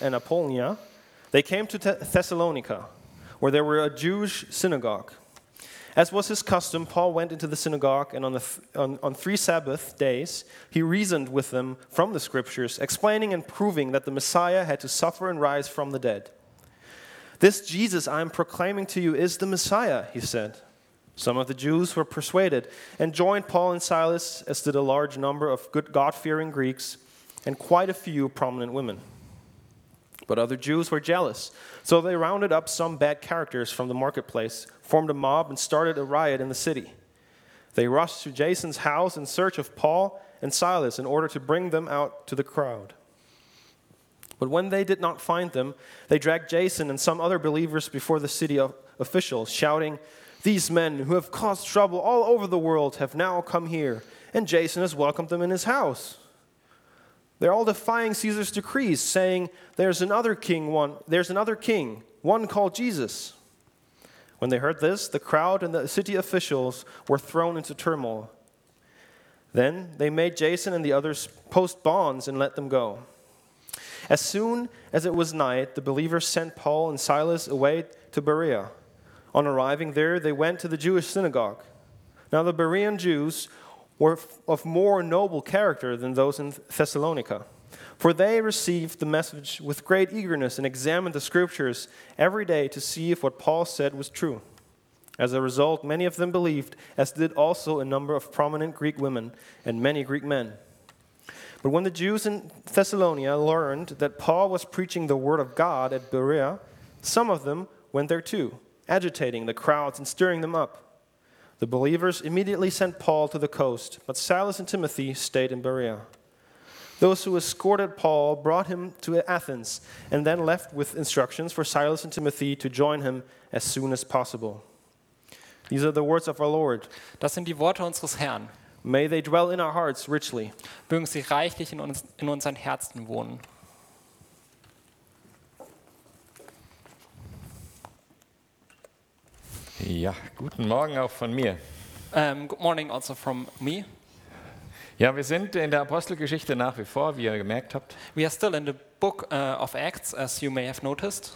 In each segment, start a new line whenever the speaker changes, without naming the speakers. and Apollonia, they came to Th- Thessalonica, where there were a Jewish synagogue. As was his custom, Paul went into the synagogue, and on, the th- on, on three Sabbath days, he reasoned with them from the scriptures, explaining and proving that the Messiah had to suffer and rise from the dead. This Jesus I am proclaiming to you is the Messiah, he said. Some of the Jews were persuaded and joined Paul and Silas, as did a large number of good God fearing Greeks and quite a few prominent women. But other Jews were jealous, so they rounded up some bad characters from the marketplace, formed a mob, and started a riot in the city. They rushed to Jason's house in search of Paul and Silas in order to bring them out to the crowd. But when they did not find them, they dragged Jason and some other believers before the city officials, shouting, These men who have caused trouble all over the world have now come here, and Jason has welcomed them in his house. They're all defying Caesar's decrees, saying, There's another king, one there's another king, one called Jesus. When they heard this, the crowd and the city officials were thrown into turmoil. Then they made Jason and the others post bonds and let them go. As soon as it was night, the believers sent Paul and Silas away to Berea. On arriving there, they went to the Jewish synagogue. Now, the Berean Jews were of more noble character than those in Thessalonica, for they received the message with great eagerness and examined the scriptures every day to see if what Paul said was true. As a result, many of them believed, as did also a number of prominent Greek women and many Greek men. But when the Jews in Thessalonica learned that Paul was preaching the word of God at Berea, some of them went there too, agitating the crowds and stirring them up. The believers immediately sent Paul to the coast, but Silas and Timothy stayed in Berea. Those who escorted Paul brought him to Athens and then left with instructions for Silas and Timothy to join him as soon as possible. These are the words of our Lord.
Das sind die Worte unseres Herrn.
May they dwell in our hearts richly.
Mögen sie reichlich in, uns, in unseren Herzen wohnen.
Ja, guten Morgen auch von mir.
Um, good morning also from me.
Ja, wir sind in der Apostelgeschichte nach wie vor, wie ihr gemerkt habt.
We are still in the book uh, of Acts, as you may have noticed.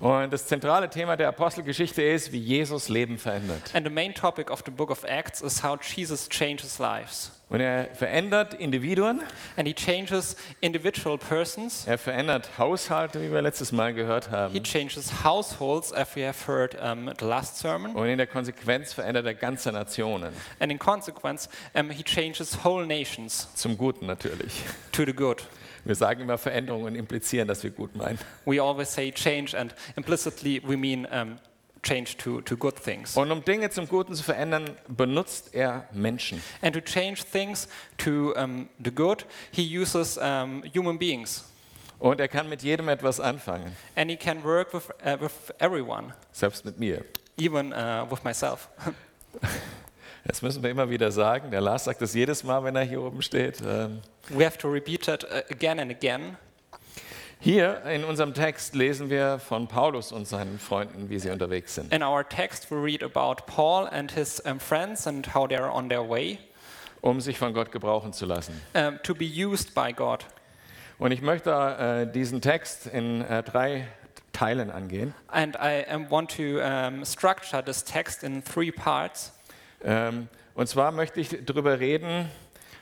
Und das zentrale Thema der Apostelgeschichte ist, wie Jesus Leben verändert.
And the main topic of the book of Acts is how Jesus changes lives.
Und er verändert Individuen,
And he changes individual persons,
er verändert Haushalte, wie wir letztes Mal gehört
he
haben.
changes households, as we have heard um, at the last sermon.
Und in der Konsequenz verändert er ganze Nationen.
And in consequence, um, he changes whole nations
Zum Guten natürlich.
to the good.
Wir sagen immer Veränderung und implizieren, dass wir gut meinen.
We always say change, and implicitly we mean um, change to, to good things.
Und um Dinge zum Guten zu verändern, benutzt er Menschen.
And to change things to um, the good, he uses um, human beings.
Und er kann mit jedem etwas anfangen,
And he can work with, uh, with everyone,
selbst mit mir.
even uh, with myself.
Das müssen wir immer wieder sagen. Der Lars sagt das jedes Mal, wenn er hier oben steht. Ähm,
we have to repeat that uh, again and again.
Hier in unserem Text lesen wir von Paulus und seinen Freunden, wie sie unterwegs sind.
In our text, we read about Paul and his um, friends and how they are on their way
um sich von Gott gebrauchen zu lassen.
um, to be used by God.
Und ich möchte äh, diesen Text in äh, drei Teilen angehen.
And I um, want to um, structure this text in three parts.
Ähm, und zwar möchte ich darüber reden,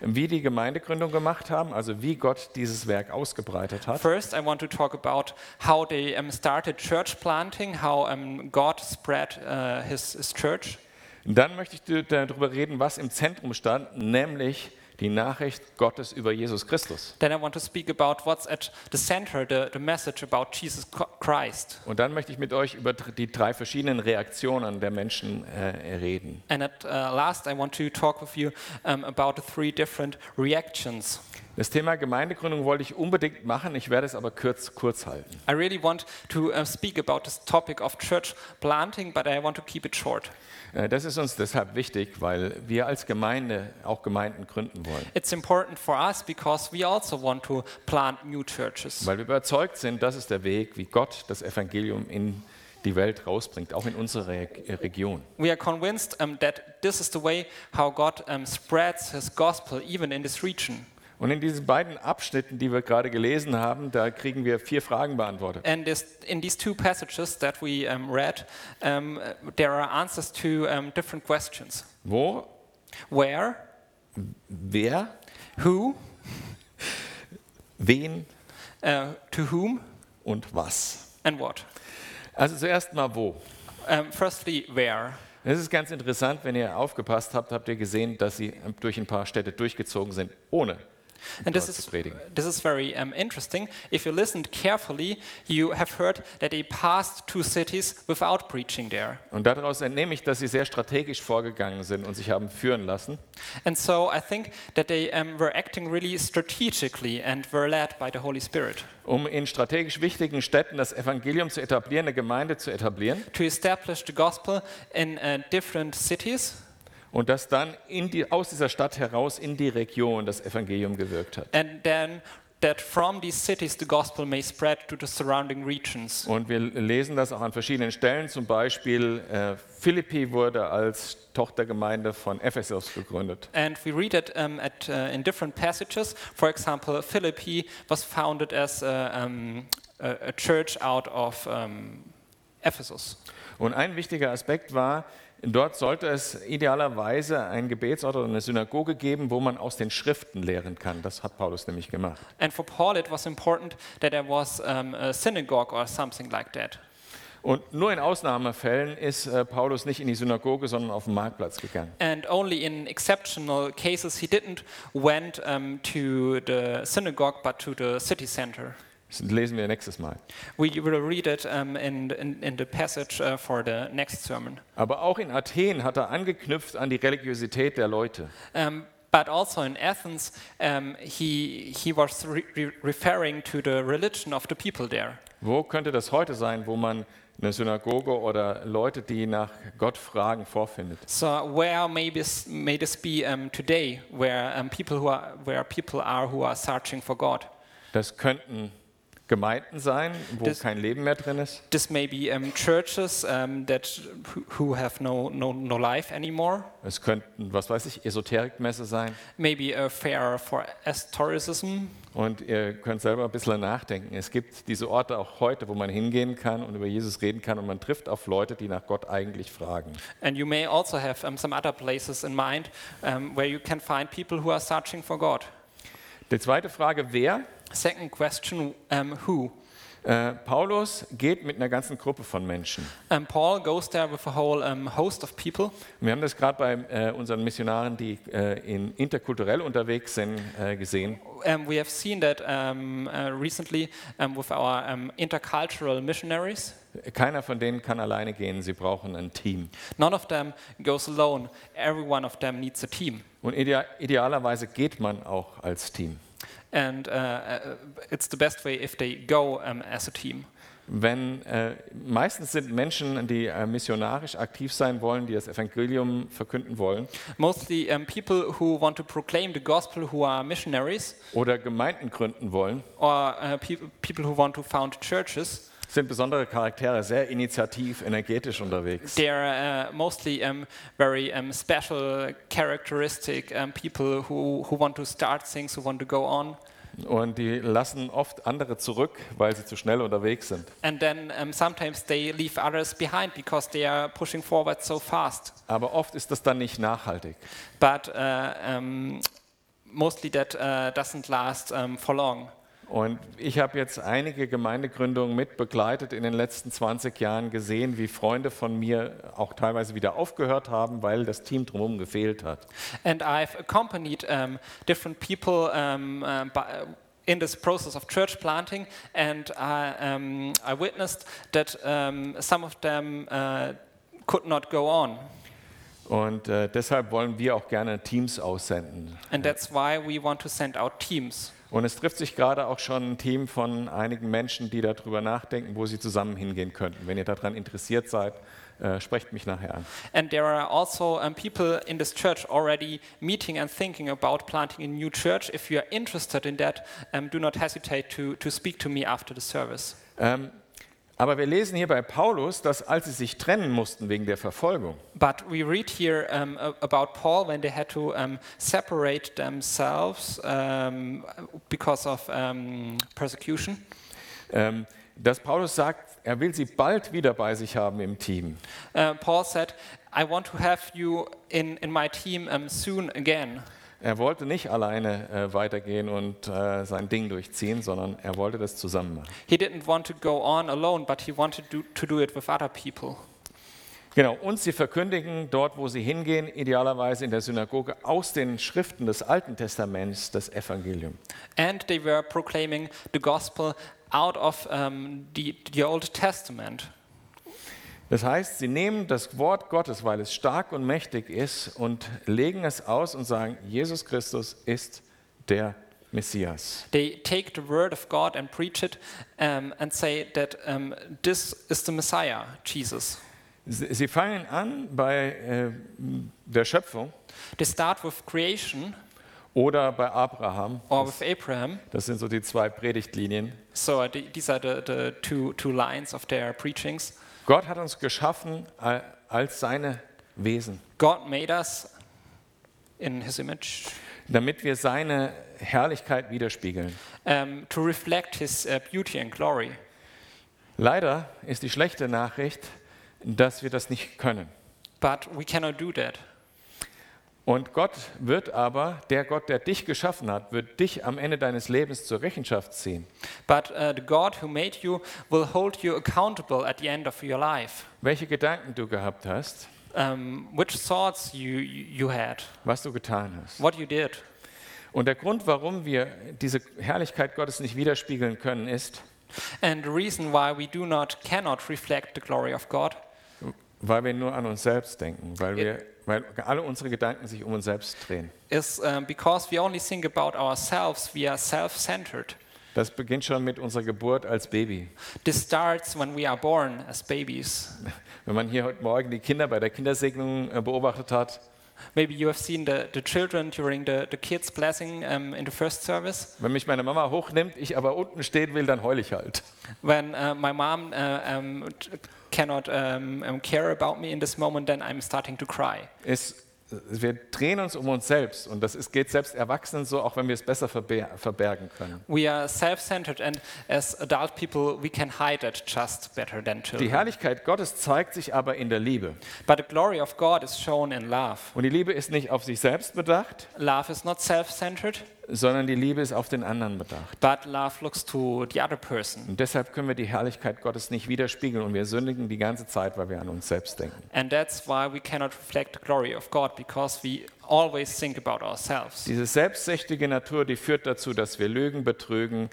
wie die Gemeindegründung gemacht haben, also wie Gott dieses Werk ausgebreitet hat.
First, I want to talk about how they um, started church planting, how um, God spread uh, his, his church.
Dann möchte ich darüber reden, was im Zentrum stand, nämlich die Nachricht Gottes über Jesus Christus.
Then I want to speak about what's at the center, the, the message about Jesus Co- Christ.
Und dann möchte ich mit euch über dr- die drei verschiedenen Reaktionen der Menschen äh, reden.
And at uh, last, I want to talk with you um, about the three different reactions.
Das Thema Gemeindegründung wollte ich unbedingt machen, ich werde es aber kurz, kurz halten.
I really want to uh, speak about this topic of church planting, but I want to keep it short.
Äh, Das ist uns deshalb wichtig, weil wir als Gemeinde auch Gemeinden gründen wollen.
It's important for us because we also want to plant new churches.
Weil wir überzeugt sind, das ist der Weg, wie Gott das Evangelium in die Welt rausbringt, auch in unsere Re- äh, Region.
We are convinced um, that this is the way how God um, spreads his gospel even in this region.
Und in diesen beiden Abschnitten, die wir gerade gelesen haben, da kriegen wir vier Fragen beantwortet.
And this, in these two passages that we um, read, um, uh, there are answers to um, different questions
Wo,
where,
wer,
who,
wen
uh, to whom,
und was.
and what.
Also zuerst mal wo.
Um, firstly, where.
Es ist ganz interessant, wenn ihr aufgepasst habt, habt ihr gesehen, dass sie durch ein paar Städte durchgezogen sind, ohne
And this
dort zu
is,
predigen.
this is very um, interesting. If you listened carefully, you have heard that they passed two cities without preaching there.
Und daraus entnehme ich, dass sie sehr strategisch vorgegangen sind und sich haben führen lassen.
And so I think that they um, were acting really strategically and were led by the Holy Spirit
um in strategisch wichtigen Städten das Evangelium zu etablieren, eine Gemeinde zu etablieren
to establish the gospel in uh, different cities
und das dann in die, aus dieser Stadt heraus in die Region das Evangelium gewirkt hat.
and then that from these cities the gospel may spread to the surrounding regions.
Und wir lesen das auch an verschiedenen Stellen, zum Beispiel äh, Philippi wurde als Tochtergemeinde von Ephesus gegründet.
And we read it um, at, uh, in different passages. For example, Philippi was founded as a, um, a, a church out of um, Ephesus.
Und ein wichtiger Aspekt war, dort sollte es idealerweise einen Gebetsort oder eine Synagoge geben, wo man aus den Schriften lehren kann. Das hat Paulus nämlich gemacht.
And for Paul, it was important that there was um, a synagogue or something like that.
Und nur in Ausnahmefällen ist äh, Paulus nicht in die Synagoge, sondern auf den Marktplatz gegangen.
And only in exceptional cases, he didn't went um, to the synagogue, but to the city center.
Das lesen wir nächstes Mal.
We will read it um, in, in, in the passage uh, for the next sermon.
Aber auch in Athen hat er angeknüpft an die Religiosität der Leute.
Um, but also in Athens, um, he, he was re re referring to the religion of the people there.
Wo könnte das heute sein, wo man eine Synagoge oder Leute, die nach Gott fragen, vorfindet?
So where may this, may this be um, today, where um, people who are where people are who are searching for God?
Das könnten Gemeinden sein, wo
Das-
kein Leben mehr drin ist.
This may be um, churches um, that who- who have no, no, no life anymore.
Es könnten, was weiß ich, Esoterikmesse sein.
Maybe a fair for esotericism.
Und ihr könnt selber ein bisschen nachdenken. Es gibt diese Orte auch heute, wo man hingehen kann und über Jesus reden kann und man trifft auf Leute, die nach Gott eigentlich fragen.
And you may also have um, some other places in mind um, where you can find people who are searching for God.
Die zweite Frage, wer?
Second question, um, who?
Äh, Paulus geht mit einer ganzen Gruppe von Menschen.
And Um, Paul goes there with a whole um, host of people.
Wir haben das gerade bei äh, unseren Missionaren, die äh, in interkulturell unterwegs sind, äh, gesehen.
Um, we have seen that um, uh, recently um, with our um, intercultural missionaries.
Keiner von denen kann alleine gehen, sie brauchen ein Team.
None of them goes alone. Every one of them needs a team.
Und idea idealerweise geht man auch als Team.
And uh, uh, it's the best way if they go um, as a team.
Wenn, äh, meistens sind Menschen, die äh, missionarisch aktiv sein wollen, die das Evangelium verkünden wollen
Mostly um, people who want to proclaim the gospel who are missionaries
oder Gemeinden gründen wollen,
or uh, peop people who want to found churches.
sind besondere Charaktere, sehr initiativ, energetisch unterwegs.
They're uh, mostly um, very um, special, characteristic um, people who, who want to start things, who want to go on.
Und die lassen oft andere zurück, weil sie zu schnell unterwegs sind.
And then um, sometimes they leave others behind because they are pushing forward so fast.
Aber oft ist das dann nicht nachhaltig.
But uh, um, mostly that uh, doesn't last um, for long.
Und ich habe jetzt einige Gemeindegründungen mitbegleitet in den letzten 20 Jahren gesehen, wie Freunde von mir auch teilweise wieder aufgehört haben, weil das Team drumherum gefehlt hat.
And I've accompanied um, different people um, uh, by, in this process of church planting, and I, um, I witnessed that um, some of them uh, could not go on.
Und äh, deshalb wollen wir auch gerne Teams aussenden.
And that's why we want to send out teams.
Und es trifft sich gerade auch schon ein Team von einigen Menschen, die darüber nachdenken, wo sie zusammen hingehen könnten. Wenn ihr daran interessiert seid, äh, sprecht mich nachher an.
And there are also um, people in this church already meeting and thinking about planting a new church. If you are interested in that, um, do not hesitate to, to speak to me after the service.
Ähm, Aber wir lesen hier bei Paulus, dass als sie sich trennen mussten wegen der Verfolgung,
But we read here um, a- about Paul when they had to um, separate themselves um, because of um, persecution.
ähm, dass Paulus sagt, er will sie bald wieder bei sich haben im Team.
Uh, Paul said, I want to have you in, in my team um, soon again.
Er wollte nicht alleine äh, weitergehen und äh, sein Ding durchziehen, sondern er wollte das zusammen machen.
He didn't want to go on alone, but he wanted to, to do it with other people.
Genau, und sie verkündigen dort, wo sie hingehen, idealerweise in der Synagoge aus den Schriften des Alten Testaments das Evangelium.
And they were proclaiming the gospel out of um, the, the Old Testament.
Das heißt, sie nehmen das Wort Gottes, weil es stark und mächtig ist, und legen es aus und sagen, Jesus Christus ist der Messias.
They take the word of God and preach it um, and say that um, this is the Messiah, Jesus.
Sie sie fangen an bei äh, der Schöpfung
They start with creation
oder bei Abraham.
or with Abraham.
Das sind so die zwei Predigtlinien.
So uh, the- these are the, the two, two lines of their preachings.
Gott hat uns geschaffen äh, als seine Wesen,
God made us in his image
damit wir seine Herrlichkeit widerspiegeln.
um, to reflect his uh, beauty and glory.
Leider ist die schlechte Nachricht, dass wir das nicht können.
But we cannot do that.
Und Gott wird aber, der Gott, der dich geschaffen hat, wird dich am Ende deines Lebens zur Rechenschaft ziehen.
But uh, the God who made you will hold you accountable at the end of your life.
Welche Gedanken du gehabt hast,
Um, which thoughts you, you had,
was du getan hast.
what you did.
Und der Grund, warum wir diese Herrlichkeit Gottes nicht widerspiegeln können, ist,
And the reason why we do not, cannot reflect the glory of God
weil wir nur an uns selbst denken, weil, wir, weil alle unsere Gedanken sich um uns selbst drehen.
is um, because we only think about ourselves, we are self centered.
Das beginnt schon mit unserer Geburt als Baby.
This starts when we are born as babies.
Wenn man hier heute Morgen die Kinder bei der Kindersegnung äh, beobachtet hat,
Maybe you have seen the, the children during the, the kids' blessing um, in the first service.
wenn mich meine Mama hochnimmt, ich aber unten stehen will, dann heul ich halt.
When uh, my mom uh, um, t- cannot um, um, care about me in this moment, then I'm starting to cry.
Es, äh, wir drehen uns um uns selbst und das ist, geht selbst Erwachsenen so, auch wenn wir es besser verber verbergen können.
We are self centered, and as adult people, we can hide it just better than
Die
children.
Herrlichkeit Gottes zeigt sich aber in der Liebe.
But the glory of God is shown in love.
Und die Liebe ist nicht auf sich selbst bedacht,
Love is not self centered,
sondern die Liebe ist auf den anderen bedacht.
but love looks to the other person.
Und deshalb können wir die Herrlichkeit Gottes nicht widerspiegeln und wir sündigen die ganze Zeit, weil wir an uns selbst denken.
And that's why we cannot reflect the glory of God, because we always think about ourselves.
Diese selbstsüchtige Natur, die führt dazu, dass wir lügen, betrügen,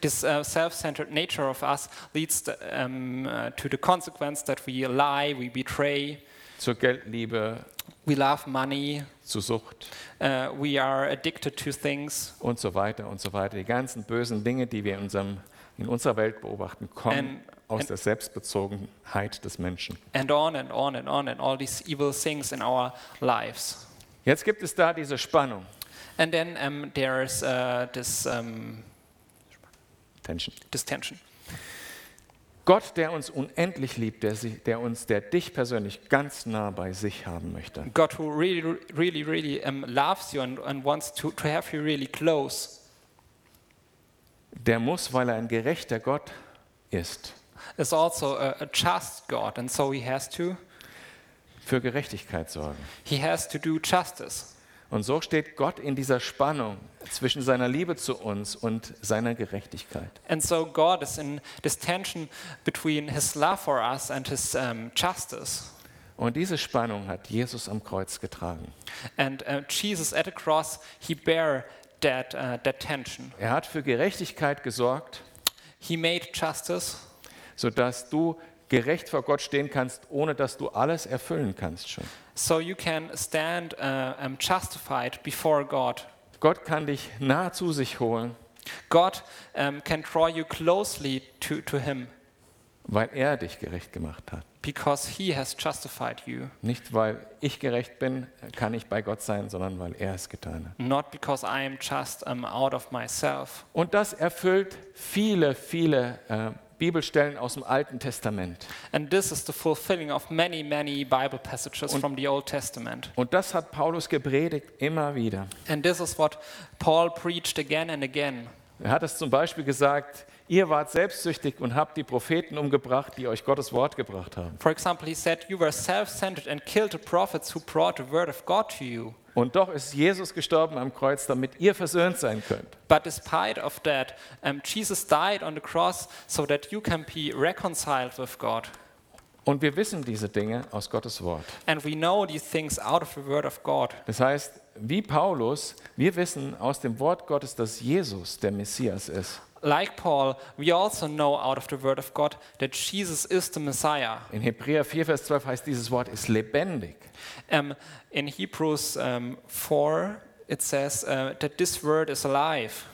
This uh, self-centered nature of us leads the, um, uh, to the consequence that we lie, we betray,
zur Geldliebe,
we love money,
zu Sucht
uh, we are addicted to things,
und so weiter und so weiter. Die ganzen bösen Dinge, die wir in, unserem, in unserer Welt beobachten, kommen
And-
aus
and-
der Selbstbezogenheit des Menschen.
and on and on and on, and all these evil things in our lives.
Jetzt gibt es da diese Spannung.
And then um, there is uh, this um,
Tension.
this tension.
Gott, der uns unendlich liebt, der, sich, der uns, der dich persönlich ganz nah bei sich haben möchte,
God who really, really, really um, loves you and, and wants to, to have you really close,
der muss, weil er ein gerechter Gott ist,
is also a, a just God, and so he has to
für Gerechtigkeit sorgen.
he has to do justice.
Und so steht Gott in dieser Spannung zwischen seiner Liebe zu uns und seiner Gerechtigkeit.
And so God is in this tension between his love for us and his um, justice.
Und diese Spannung hat Jesus am Kreuz getragen.
And uh, Jesus at the cross, he bare that, uh, that tension.
Er hat für Gerechtigkeit gesorgt,
He made justice
sodass du gerecht vor Gott stehen kannst, ohne dass du alles erfüllen kannst schon.
so you can stand uh, um, justified before God.
Gott kann dich nah zu sich holen,
God um, can draw you closely to, to him
weil er dich gerecht gemacht hat.
because he has justified you.
Nicht weil ich gerecht bin, kann ich bei Gott sein, sondern weil er es getan hat.
Not because I am just um, out of myself.
Und das erfüllt viele, viele äh, Bibelstellen aus dem Alten Testament.
And this is the fulfilling of many, many Bible passages from the Old Testament.
Und das hat Paulus gepredigt immer wieder.
And this is what Paul preached again and again.
Er hat es zum Beispiel gesagt, ihr wart selbstsüchtig und habt die Propheten umgebracht, die euch Gottes Wort gebracht haben.
For example, he said, You were self centered and killed the prophets who brought the word of God to you.
Und doch ist Jesus gestorben am Kreuz, damit ihr versöhnt sein könnt.
But despite of that, um, Jesus died on the cross so that you can be reconciled with God.
Und wir wissen diese Dinge aus Gottes Wort.
And we know these things out of the word of God.
Das heißt, wie Paulus, wir wissen aus dem Wort Gottes, dass Jesus der Messias ist.
Like Paul, we also know out of the word of God that Jesus is the Messiah.
In Hebräer 4, Vers 12 heißt dieses Wort ist lebendig.
Um, in Hebrews um, 4, it says uh, that this word is alive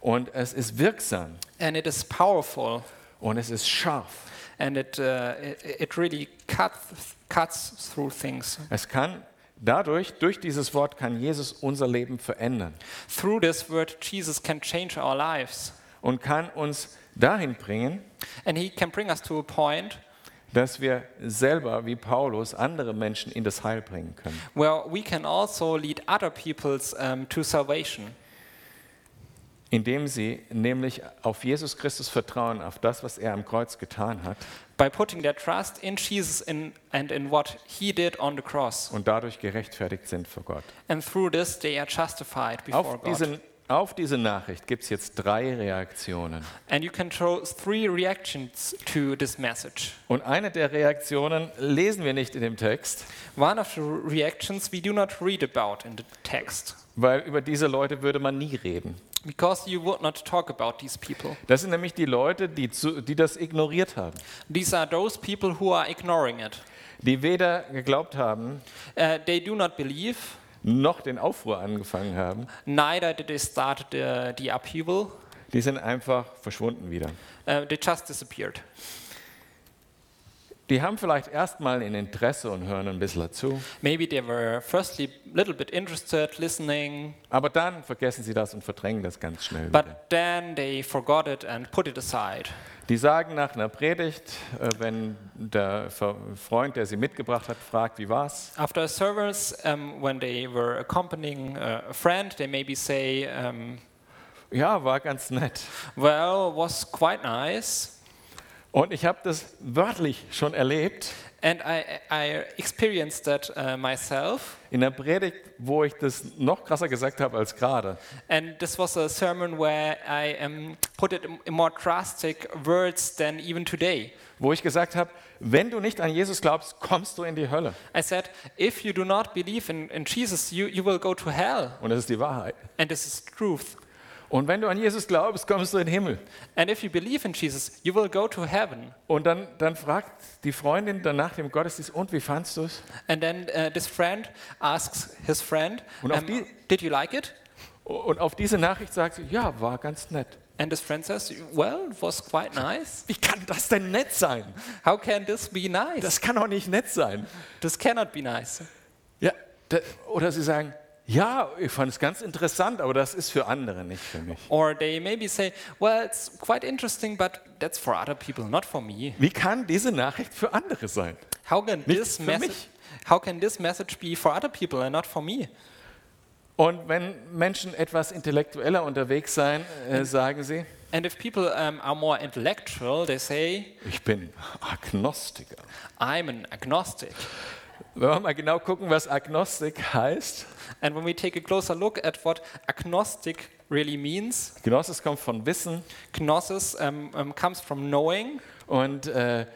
Und es ist wirksam.
and it is powerful
Und es ist scharf.
and it, uh, it, it really cuts, cuts through things.
Es kann dadurch, durch dieses Wort kann Jesus unser Leben verändern
Through this word, Jesus can change our lives
und kann uns dahin bringen,
and he can bring us to a point
dass wir selber wie Paulus andere Menschen in das Heil bringen können.
where we can also lead other peoples um, to salvation.
Indem sie nämlich auf Jesus Christus vertrauen, auf das, was er am Kreuz getan hat
by putting their trust in Jesus in, and in what he did on the cross.
und dadurch gerechtfertigt sind vor Gott.
And through this, they are justified before
Auf
God.
diese, auf diese Nachricht gibt es jetzt drei Reaktionen.
And you can show three reactions to this message.
Und eine der Reaktionen lesen wir nicht in dem Text,
One of the reactions we do not read about in the text,
weil über diese Leute würde man nie reden.
because you would not talk about these people.
Das sind nämlich die Leute, die, zu, die das ignoriert haben,
These are those people who are ignoring it.
die weder geglaubt haben,
Uh, they do not believe,
noch den Aufruhr angefangen haben.
neither did they start the, the upheaval,
Die sind einfach verschwunden wieder.
uh, they just disappeared.
Die haben vielleicht erstmal ein Interesse und hören ein bisschen zu,
Maybe they were firstly a little bit interested, listening,
aber dann vergessen sie das und verdrängen das ganz schnell wieder.
But then they forgot it and put it aside.
Die sagen nach einer Predigt, äh, wenn der Ver- Freund, der sie mitgebracht hat, fragt, wie war's,
After a service, um, when they were accompanying uh, a friend, they maybe say, um,
ja, war ganz nett.
Well, was quite nice.
Und ich habe das wörtlich schon erlebt
And I, I experienced that uh, myself.
in einer Predigt, wo ich das noch krasser gesagt habe als gerade.
And this was a sermon where I um, put it in more drastic words than even today.
wo ich gesagt habe, wenn du nicht an Jesus glaubst, kommst du in die Hölle.
I said, If you do not believe in, in Jesus, you, you will go to hell.
Und das ist die Wahrheit.
And this is truth.
Und wenn du an Jesus glaubst, kommst du in den Himmel.
And if you believe in Jesus, you will go to heaven.
Und dann, dann fragt die Freundin dann nach dem Gottesdienst, und wie fandst du es?
And then uh, this friend asks his friend,
Und auf
um,
die-
"Did you like it?"
Und auf diese Nachricht sagt sie, ja, war ganz nett.
And his friend says, "Well, it was quite nice.
Wie kann das denn nett sein?
How can this be nice?
Das kann doch nicht nett sein.
this cannot be nice."
Ja, da, oder sie sagen, ja, ich fand es ganz interessant, aber das ist für andere nicht für mich.
Or they maybe say, "Well, it's quite interesting, but that's for other people, not for me.
Wie kann diese Nachricht für andere sein?
How can
Nicht
this
für
message,
mich.
how can this message be for other people and not for me?"
Und wenn Menschen etwas intellektueller unterwegs sein, äh, sagen sie,
And if people um, are more intellectual, they say,
Ich bin Agnostiker.
"I'm an agnostic."
Wenn wir mal genau gucken, was Agnostik heißt.
And when we take a closer look at what agnostic really means,
Gnosis kommt von Wissen
Gnosis um, um, comes from knowing,
und äh,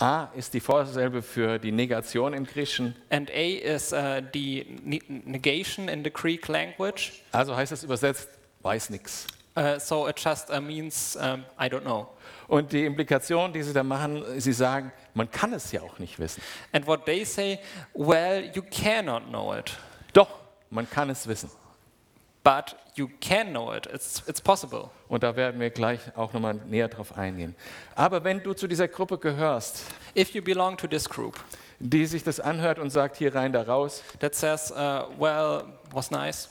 A ist die Vorsilbe für die Negation im Griechischen.
and A is uh, the ne- negation in the Greek language.
Also heißt es übersetzt, weiß nichts.
Uh, so it just uh, means um, I don't know.
Und die Implikation, die sie da machen, sie sagen, man kann es ja auch nicht wissen.
And what they say, well, you cannot know it,
Doch, man kann es wissen.
but you can know it. It's, it's possible.
Und da werden wir gleich auch nochmal näher drauf eingehen. Aber wenn du zu dieser Gruppe gehörst,
If you belong to this group
die sich das anhört und sagt, hier rein, da raus,
that says, uh, well, was nice,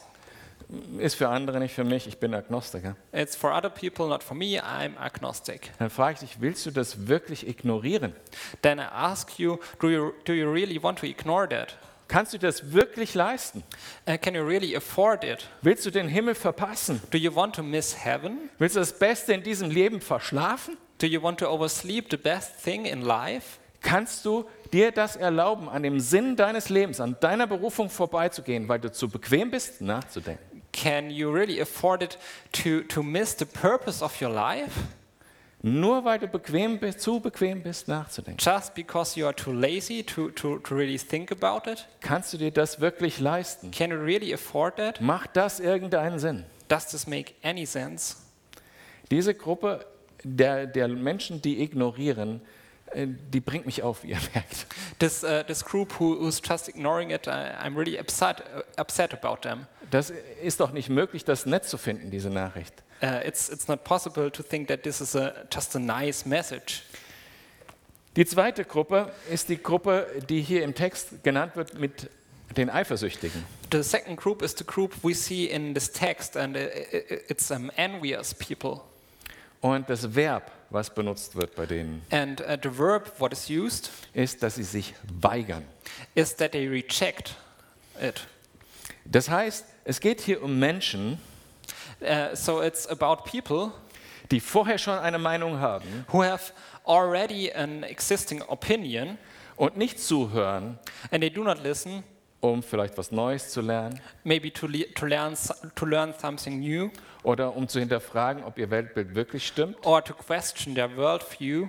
ist für andere nicht für mich, ich bin Agnostiker,
It's for other people, not for me. I'm agnostic.
dann frage ich dich, willst du das wirklich ignorieren?
Then I ask you, do you do you really want to ignore that?
Kannst du das wirklich leisten?
Uh, can you really afford it?
Willst du den Himmel verpassen?
Do you want to miss heaven?
Willst du das Beste in diesem Leben verschlafen?
Do you want to oversleep the best thing in life?
Kannst du dir das erlauben, an dem Sinn deines Lebens, an deiner Berufung vorbeizugehen, weil du zu bequem bist, nachzudenken?
Can you really afford it to to miss the purpose of your life
Nur weil du bequem bist, zu bequem bist, nachzudenken.
just because you are too lazy to to to really think about it?
Kannst du dir das wirklich leisten?
Can you really afford that?
Macht das irgendeinen Sinn?
Does this make any sense?
Diese Gruppe der, der Menschen, die ignorieren, äh, die bringt mich auf, ihr merkt.
This uh, this group who, who's just ignoring it, I, I'm really upset uh, upset about them.
Das ist doch nicht möglich, das nett zu finden, diese Nachricht.
Uh, it's it's not possible to think that this is a just a nice message.
Die zweite Gruppe ist die Gruppe, die hier im Text genannt wird mit den Eifersüchtigen.
The second group is the group we see in this text, and i- i- it's um, envious people.
Und das Verb, was benutzt wird bei denen,
And uh, the verb, what is used,
ist, dass sie sich weigern.
is that they reject it.
Das heißt, es geht hier um Menschen,
Uh, so it's about people
die vorher schon eine Meinung haben
who have already an existing opinion
und nicht zuhören,
and they do not listen,
um vielleicht was Neues zu lernen
maybe to, le- to, learn, s- to learn something new
oder um zu hinterfragen, ob ihr Weltbild wirklich stimmt,
or to question their worldview,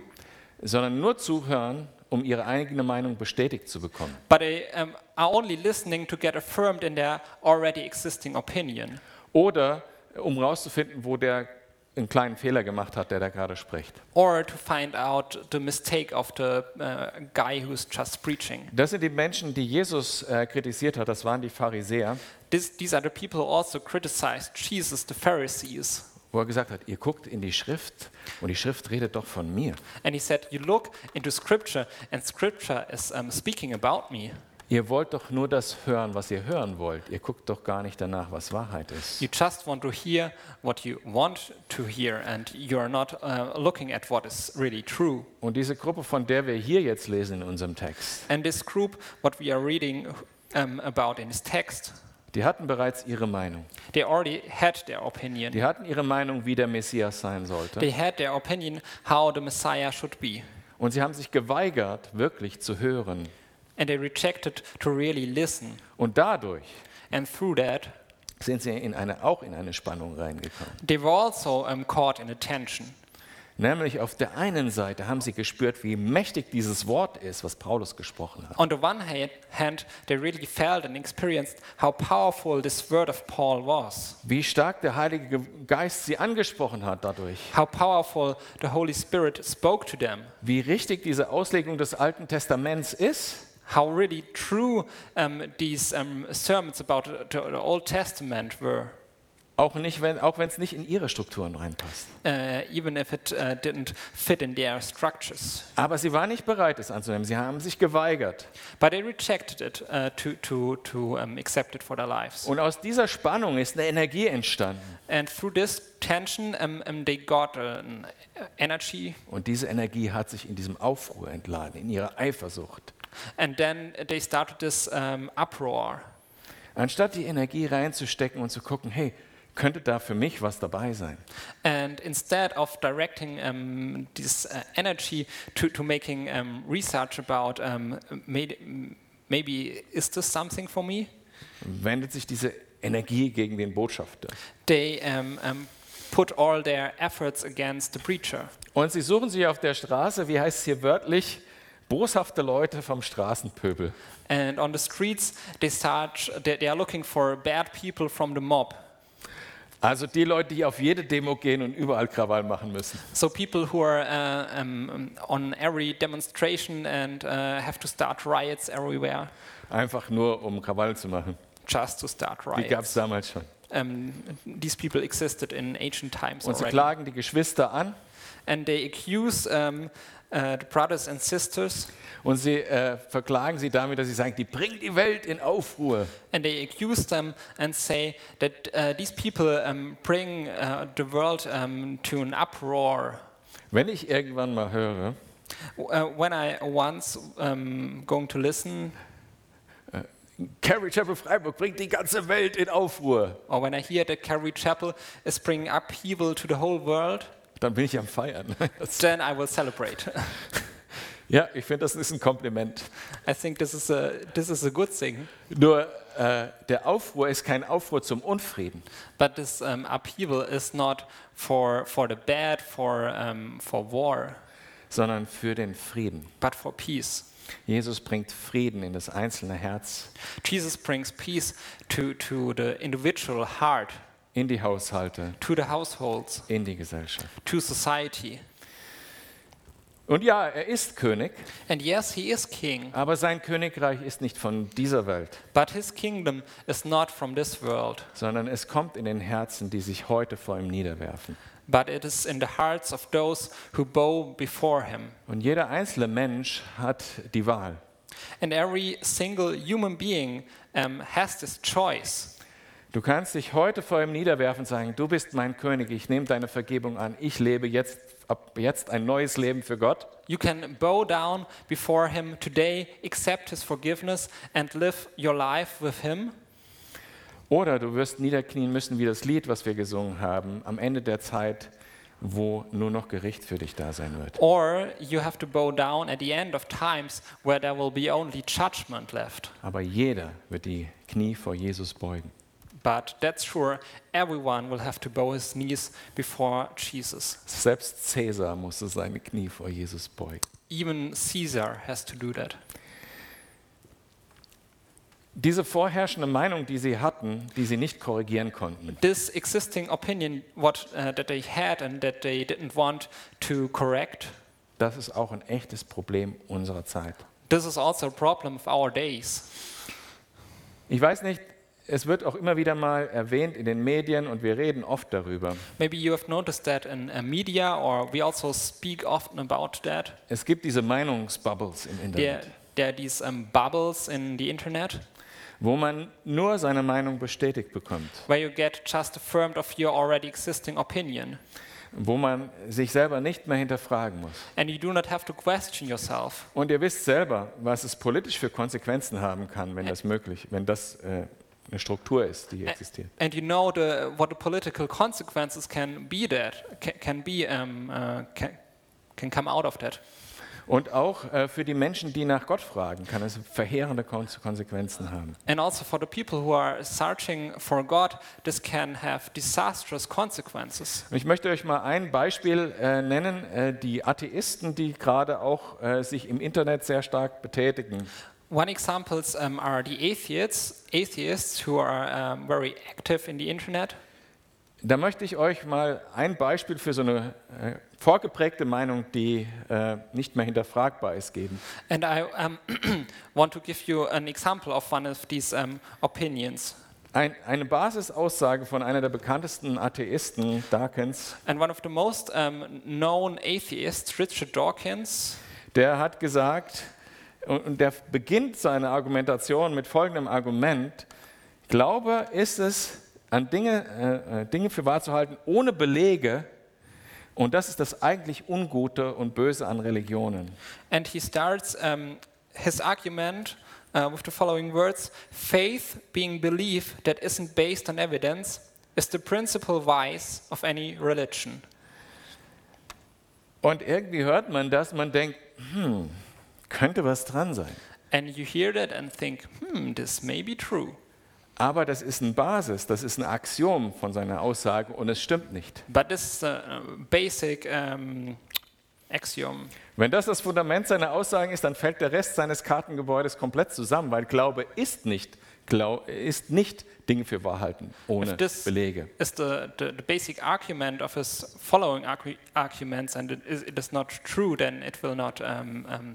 sondern nur zuhören, um ihre eigene Meinung bestätigt zu bekommen.
but they um, are only listening to get affirmed in their already existing opinion.
Oder um rauszufinden, wo der einen kleinen Fehler gemacht hat, der da gerade spricht.
or to find out the mistake of the uh, guy who's just preaching.
Das sind die Menschen, die Jesus äh, kritisiert hat. Das waren die Pharisäer,
This, these are the people who also criticized Jesus, the Pharisees.
wo er gesagt hat, ihr guckt in die Schrift und die Schrift redet doch von mir.
And he said, You look into Scripture, and Scripture is um, speaking about me.
Ihr wollt doch nur das hören, was ihr hören wollt. Ihr guckt doch gar nicht danach, was Wahrheit ist.
You just want to hear what you want to hear, and you're not uh, looking at what is really true.
Und diese Gruppe, von der wir hier jetzt lesen in unserem Text,
And this group, what we are reading um, about in this text,
die hatten bereits ihre Meinung.
they already had their opinion.
Die hatten ihre Meinung, wie der Messias sein sollte.
They had their opinion how the Messiah should be.
Und sie haben sich geweigert, wirklich zu hören.
and they rejected to really listen.
Und dadurch
And through that,
sind sie in eine, auch in eine Spannung reingekommen.
they were also um, caught in a tension.
Nämlich auf der einen Seite haben sie gespürt, wie mächtig dieses Wort ist, was Paulus gesprochen hat.
On the one ha- hand, they really felt and experienced how powerful this word of Paul was,
Wie stark der Heilige Ge- Geist sie angesprochen hat dadurch.
how powerful the Holy Spirit spoke to them,
Wie richtig diese Auslegung des Alten Testaments ist.
how really true um, these um, sermons about the, the- the Old Testament were,
Auch, nicht, wenn, auch wenn es nicht in ihre Strukturen reinpasst.
uh, even if it uh, didn't fit in their structures.
Aber sie waren nicht bereit, es anzunehmen. Sie haben sich geweigert.
But they rejected it uh, to, to, to um, accept it for their lives.
Und aus dieser Spannung ist eine Energie entstanden.
And through this tension, um, um, they got an uh, energy,
Und diese Energie hat sich in diesem Aufruhr entladen, in ihrer Eifersucht.
and then they started this um, uproar.
Anstatt die Energie reinzustecken und zu gucken, hey, könnte da für mich was dabei sein?
And instead of directing um, this uh, energy to, to making um, research about um, may- maybe is this something for me,
wendet sich diese Energie gegen den Botschafter.
they um, um, put all their efforts against the preacher.
Und sie suchen sich auf der Straße, wie heißt es hier wörtlich, boshafte Leute vom Straßenpöbel.
And on the streets, they, start, they, they are looking for bad people from the mob.
Also die Leute, die auf jede Demo gehen und überall Krawall machen müssen.
So people who are uh, um, um, on every demonstration and uh, have to start riots everywhere
Einfach nur, um Krawall zu machen.
just to start
Die gab
riots.
es damals schon.
Um, these people existed in ancient times
Und sie
already.
klagen die Geschwister an
and they accuse um, uh, the brothers and sisters,
Und sie äh, verklagen sie damit, dass sie sagen, die bringen die Welt in Aufruhr.
and they accuse them and say that uh, these people um, bring uh, the world um, to an uproar.
Wenn ich irgendwann mal höre,
Uh, when I once um, going to listen,
Carrie Chapel Freiburg bringt die ganze Welt in Aufruhr,
or when I hear that Calvary Chapel is bringing upheaval to the whole world,
dann bin ich am Feiern.
then I will celebrate.
ja, ich finde, das ist ein Kompliment.
I think this is a this is a good thing.
Nur äh, der Aufruhr ist kein Aufruhr zum Unfrieden.
But this um, upheaval is not for for the bad, for um, for war,
sondern für den Frieden.
but for peace.
Jesus bringt Frieden in das einzelne Herz,
Jesus brings peace to to the individual heart,
in die Haushalte,
to the households,
in die Gesellschaft.
to society.
Und ja, er ist König,
And yes, he is king,
aber sein Königreich ist nicht von dieser Welt,
but his kingdom is not from this world,
sondern es kommt in den Herzen, die sich heute vor ihm niederwerfen.
but it is in the hearts of those who bow before him.
Und jeder einzelne Mensch hat die Wahl.
And every single human being um, has this choice.
Du kannst dich heute vor ihm niederwerfen und sagen, du bist mein König, ich nehme deine Vergebung an, ich lebe jetzt ab jetzt ein neues Leben für Gott.
You can bow down before him today, accept his forgiveness, and live your life with him.
Oder du wirst niederknien müssen wie das Lied, was wir gesungen haben, am Ende der Zeit, wo nur noch Gericht für dich da sein wird.
Or you have to bow down at the end of times where there will be only judgment left.
Aber jeder wird die Knie vor Jesus beugen.
But that's sure, everyone will have to bow his knees before Jesus.
Selbst Cäsar musste seine Knie vor Jesus beugen.
Even Caesar has to do that.
Diese vorherrschende Meinung, die sie hatten, die sie nicht korrigieren konnten,
This existing opinion, what uh, that they had and that they didn't want to correct,
das ist auch ein echtes Problem unserer Zeit.
this is also a problem of our days.
Ich weiß nicht, es wird auch immer wieder mal erwähnt in den Medien und wir reden oft darüber.
Maybe you have noticed that in uh, media, or we also speak often about that.
Es gibt diese Meinungsbubbles im
There,
Internet,
there are these um, bubbles in the internet
wo man nur seine Meinung bestätigt bekommt,
where you get just affirmed of your already existing opinion,
wo man sich selber nicht mehr hinterfragen muss.
and you do not have to question yourself.
Und ihr wisst selber, was es politisch für Konsequenzen haben kann, wenn das möglich, wenn das äh, eine Struktur ist, die existiert.
And you know the, what the political consequences can be that can, can be um, uh, can, can come out of that.
Und auch äh, für die Menschen, die nach Gott fragen, kann es verheerende Kon Konsequenzen haben.
And also for the people who are searching for God, this can have disastrous consequences.
Und Ich möchte euch mal ein Beispiel äh, nennen, äh, die Atheisten, die gerade auch äh, sich im Internet sehr stark betätigen.
One examples um, are the atheists, atheists who are um, very active in the internet.
Da möchte ich euch mal ein Beispiel für so eine äh, vorgeprägte Meinung, die äh, nicht mehr hinterfragbar ist, geben.
And I um, want to give you an example of one of these um, opinions.
Ein, eine Basisaussage von einer der bekanntesten Atheisten, Darkens,
And one of the most um, known atheists, Richard Dawkins,
der hat gesagt, und, und der beginnt seine Argumentation mit folgendem Argument, Glaube ist es, an Dinge, äh, äh, Dinge für wahr zu halten, ohne Belege, und das ist das eigentlich Ungute und Böse an Religionen.
and he starts um, his argument uh, with the following words Faith, being belief that isn't based on evidence, is the principal vice of any religion.
Und irgendwie hört man das, man denkt, hm, könnte was dran sein.
And you hear that and think, hmm, this may be true.
Aber das ist eine Basis, das ist ein Axiom von seiner Aussage und es stimmt nicht.
But this is a uh, basic um, axiom.
Wenn das das Fundament seiner Aussagen ist, dann fällt der Rest seines Kartengebäudes komplett zusammen, weil Glaube ist nicht, Glau ist nicht Dinge für wahr halten, ohne
If this
Belege.
is the, the, the basic argument of his following argu- arguments and it is, it is not true, then it will not. Um, um,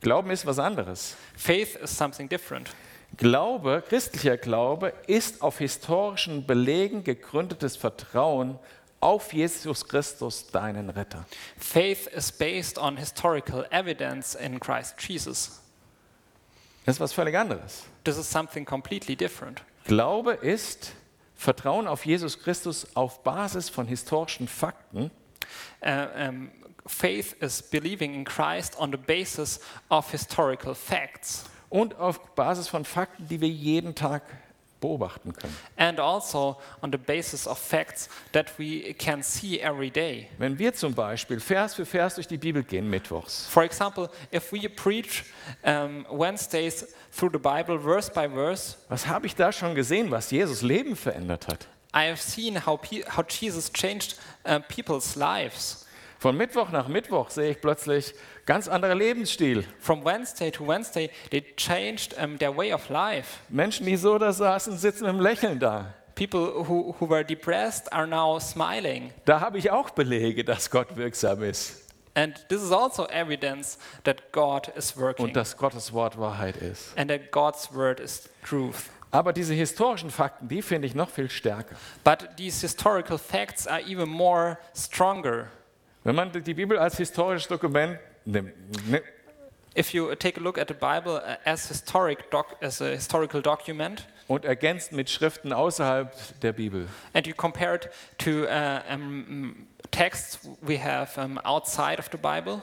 Glauben ist was anderes.
faith is something different.
Glaube, christlicher Glaube, ist auf historischen Belegen gegründetes Vertrauen auf Jesus Christus, deinen Retter.
Faith is based on historical evidence in Christ Jesus.
Das ist was völlig anderes.
This is something completely different.
Glaube ist Vertrauen auf Jesus Christus auf Basis von historischen Fakten
Uh, um, faith is believing in Christ on the basis of historical facts
und auf Basis von Fakten, die wir jeden Tag beobachten können.
and also on the basis of facts that we can see every day.
Wenn wir zum Beispiel Vers für Vers durch die Bibel gehen, mittwochs,
For example, if we preach um, Wednesdays through the Bible, verse by verse,
was habe ich da schon gesehen, was Jesus Leben verändert hat?
I have seen how, pe- how Jesus changed uh, people's lives.
Von Mittwoch nach Mittwoch sehe ich plötzlich ganz anderer Lebensstil.
From Wednesday to Wednesday, they changed um, their way of life.
Menschen, die so da saßen, sitzen mit einem Lächeln da.
People who, who were depressed are now smiling.
Da habe ich auch Belege, dass Gott wirksam ist
And this is also evidence that God is working
und dass Gottes Wort Wahrheit ist.
and that God's word is truth.
Aber diese historischen Fakten, die finde ich noch viel stärker.
But these historical facts are even more stronger.
Wenn man die Bibel als historisches Dokument nimmt, ne-
If you take a look at the Bible uh, as historic doc, as a historical document,
und ergänzt mit Schriften außerhalb der Bibel,
and you compare it to uh, um, mm, texts we have um, outside of the Bible,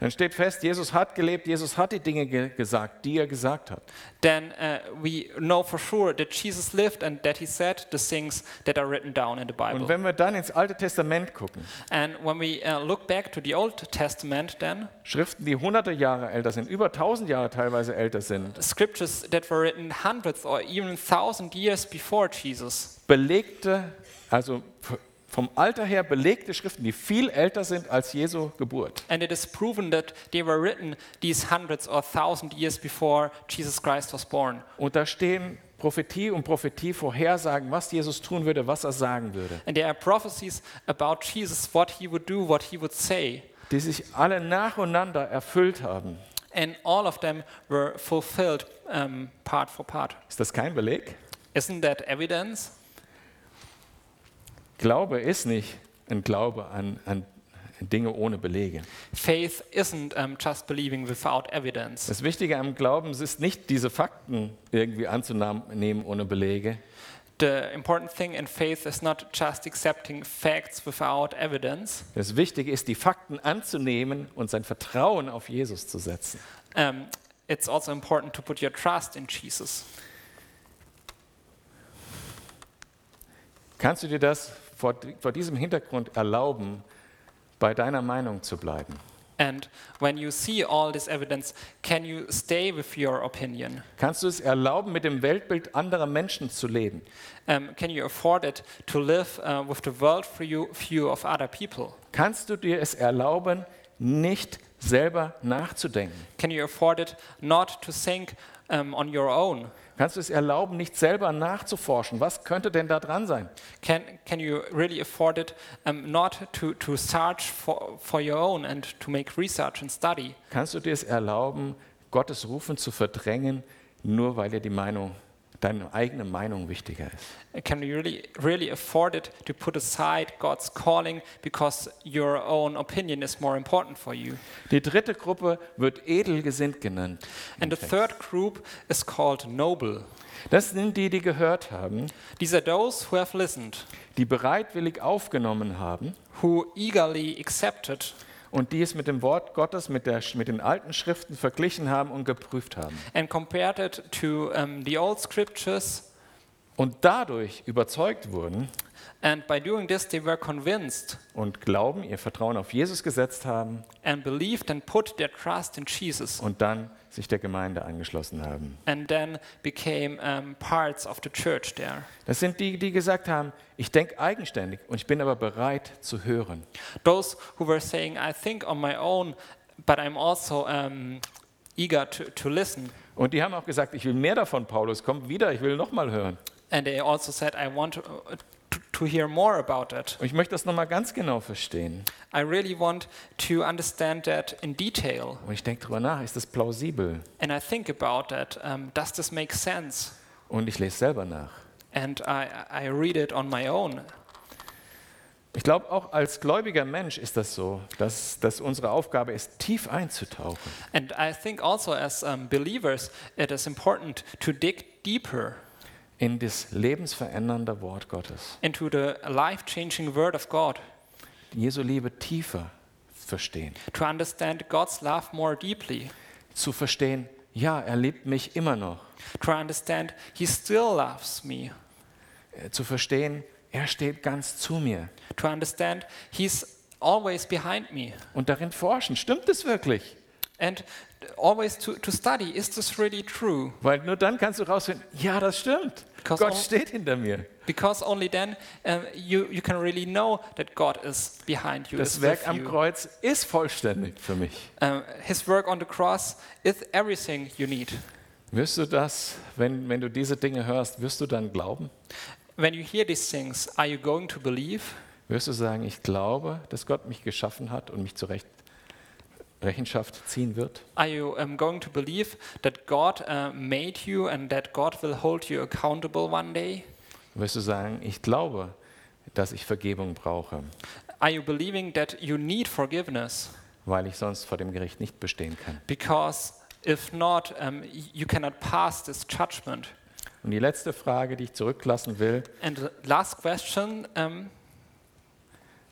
dann steht fest, Jesus hat gelebt, Jesus hat die Dinge ge gesagt, die er gesagt hat.
then uh, we know for sure that Jesus lived and that he said the things that are written down in the
Und
Bible.
wenn wir dann ins Alte Testament gucken,
And when we uh, look back to the Old Testament, then
Schriften, die hunderte Jahre älter sind, über tausend Jahre teilweise älter sind,
scriptures that were written hundreds or even thousand years before Jesus,
belegte, also f- vom Alter her belegte Schriften, die viel älter sind als Jesu Geburt.
and it is proven that they were written these hundreds or thousand years before Jesus Christ was born.
Und da stehen Prophetie und Prophetie, Vorhersagen, was Jesus tun würde, was er sagen würde,
And there are prophecies about Jesus, what he would do, what he would say.
die sich alle nacheinander erfüllt haben.
and all of them were fulfilled um, part for part.
Ist das kein Beleg?
Isn't that evidence?
Glaube ist nicht ein Glaube an, an Dinge ohne Belege.
Faith isn't um, just believing without evidence.
Das Wichtige am Glauben ist nicht, diese Fakten irgendwie anzunehmen ohne Belege,
The important thing in faith is not just accepting facts without evidence.
Das Wichtige ist, die Fakten anzunehmen und sein Vertrauen auf Jesus zu setzen.
Um, it's also important to put your trust in Jesus.
Kannst du dir das vor, vor diesem Hintergrund erlauben, bei deiner Meinung zu bleiben?
And when you see all this evidence, can you stay with your opinion?
Kannst du es erlauben, mit dem Weltbild anderer Menschen zu leben?
Um, can you afford it to live uh, with the world view, view of other people?
Kannst du dir es erlauben, nicht selber nachzudenken?
Can you afford it not to think um, on your own?
Kannst du es erlauben, nicht selber nachzuforschen? Was könnte denn da dran sein?
Can, can you really afford it um, not to, to search for, for your own and to make research and study?
Kannst du dir es erlauben, Gottes Rufen zu verdrängen, nur weil dir die Meinung, deine eigene Meinung wichtiger ist?
Can you really, really afford it to put aside God's calling because your own opinion is more important for you?
Die dritte Gruppe wird edelgesinnt genannt.
And the third group is called noble.
Das sind die, die gehört haben,
These are those who have listened,
die bereitwillig aufgenommen haben
who eagerly accepted
und die es mit dem Wort Gottes, mit, der, mit den alten Schriften verglichen haben und geprüft haben.
and compared it to um, the old scriptures
Und dadurch überzeugt wurden
And by doing this, they were convinced
und Glauben, ihr Vertrauen auf Jesus gesetzt haben
and believed and put their trust in Jesus,
und dann sich der Gemeinde angeschlossen haben.
and then became um, parts of the church there.
Das sind die, die gesagt haben, ich denke eigenständig und ich bin aber bereit zu hören.
Those who were saying, I think on my own, but I'm also um, eager to, to listen.
Und die haben auch gesagt, ich will mehr davon, Paulus, komm wieder, ich will nochmal hören.
And they also said, I want to, to, to hear more about it.
Und ich möchte das nochmal ganz genau verstehen.
I really want to understand that in detail.
Und ich denke drüber nach, ist das plausibel?
And I think about that. Um, does this make sense?
Und ich lese selber nach.
And I, I read it on my own.
Ich glaube, auch als gläubiger Mensch ist das so, dass, dass unsere Aufgabe ist, tief einzutauchen.
And I think also as um, believers, it is important to dig deeper
in das lebensverändernde Wort Gottes.
into the life changing Word of God,
Jesu Liebe tiefer verstehen.
to understand God's love more deeply,
Zu verstehen, ja, er liebt mich immer noch.
to understand He still loves me,
Äh, Zu verstehen, er steht ganz zu mir.
to understand He's always behind me,
Und darin forschen, stimmt es wirklich?
and always to, to study is this really true?
Weil nur dann kannst du rausfinden, ja, das stimmt.
Because
Gott
all-
steht hinter mir.
Because only then um, you, you can really know that God is behind you.
Das
is
Werk
with
am
you.
Kreuz ist vollständig für mich.
Um, his work on the cross is everything you need.
Wirst du das, wenn, wenn du diese Dinge hörst, wirst du dann glauben?
When you hear these things, are you going to believe?
Wirst du sagen, ich glaube, dass Gott mich geschaffen hat und mich zur Recht, Rechenschaft ziehen wird?
Are you um, going to believe that God uh, made you and that God will hold you accountable one day?
Wirst du sagen, ich glaube, dass ich Vergebung brauche,
Are you believing that you need forgiveness?
weil ich sonst vor dem Gericht nicht bestehen kann?
Because if not, um, y- you cannot pass this judgment.
Und die letzte Frage, die ich zurücklassen will,
And the last question um,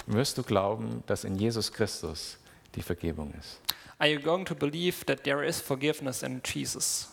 wirst du glauben, dass in Jesus Christus die Vergebung ist?
Are you going to believe that there is forgiveness in Jesus?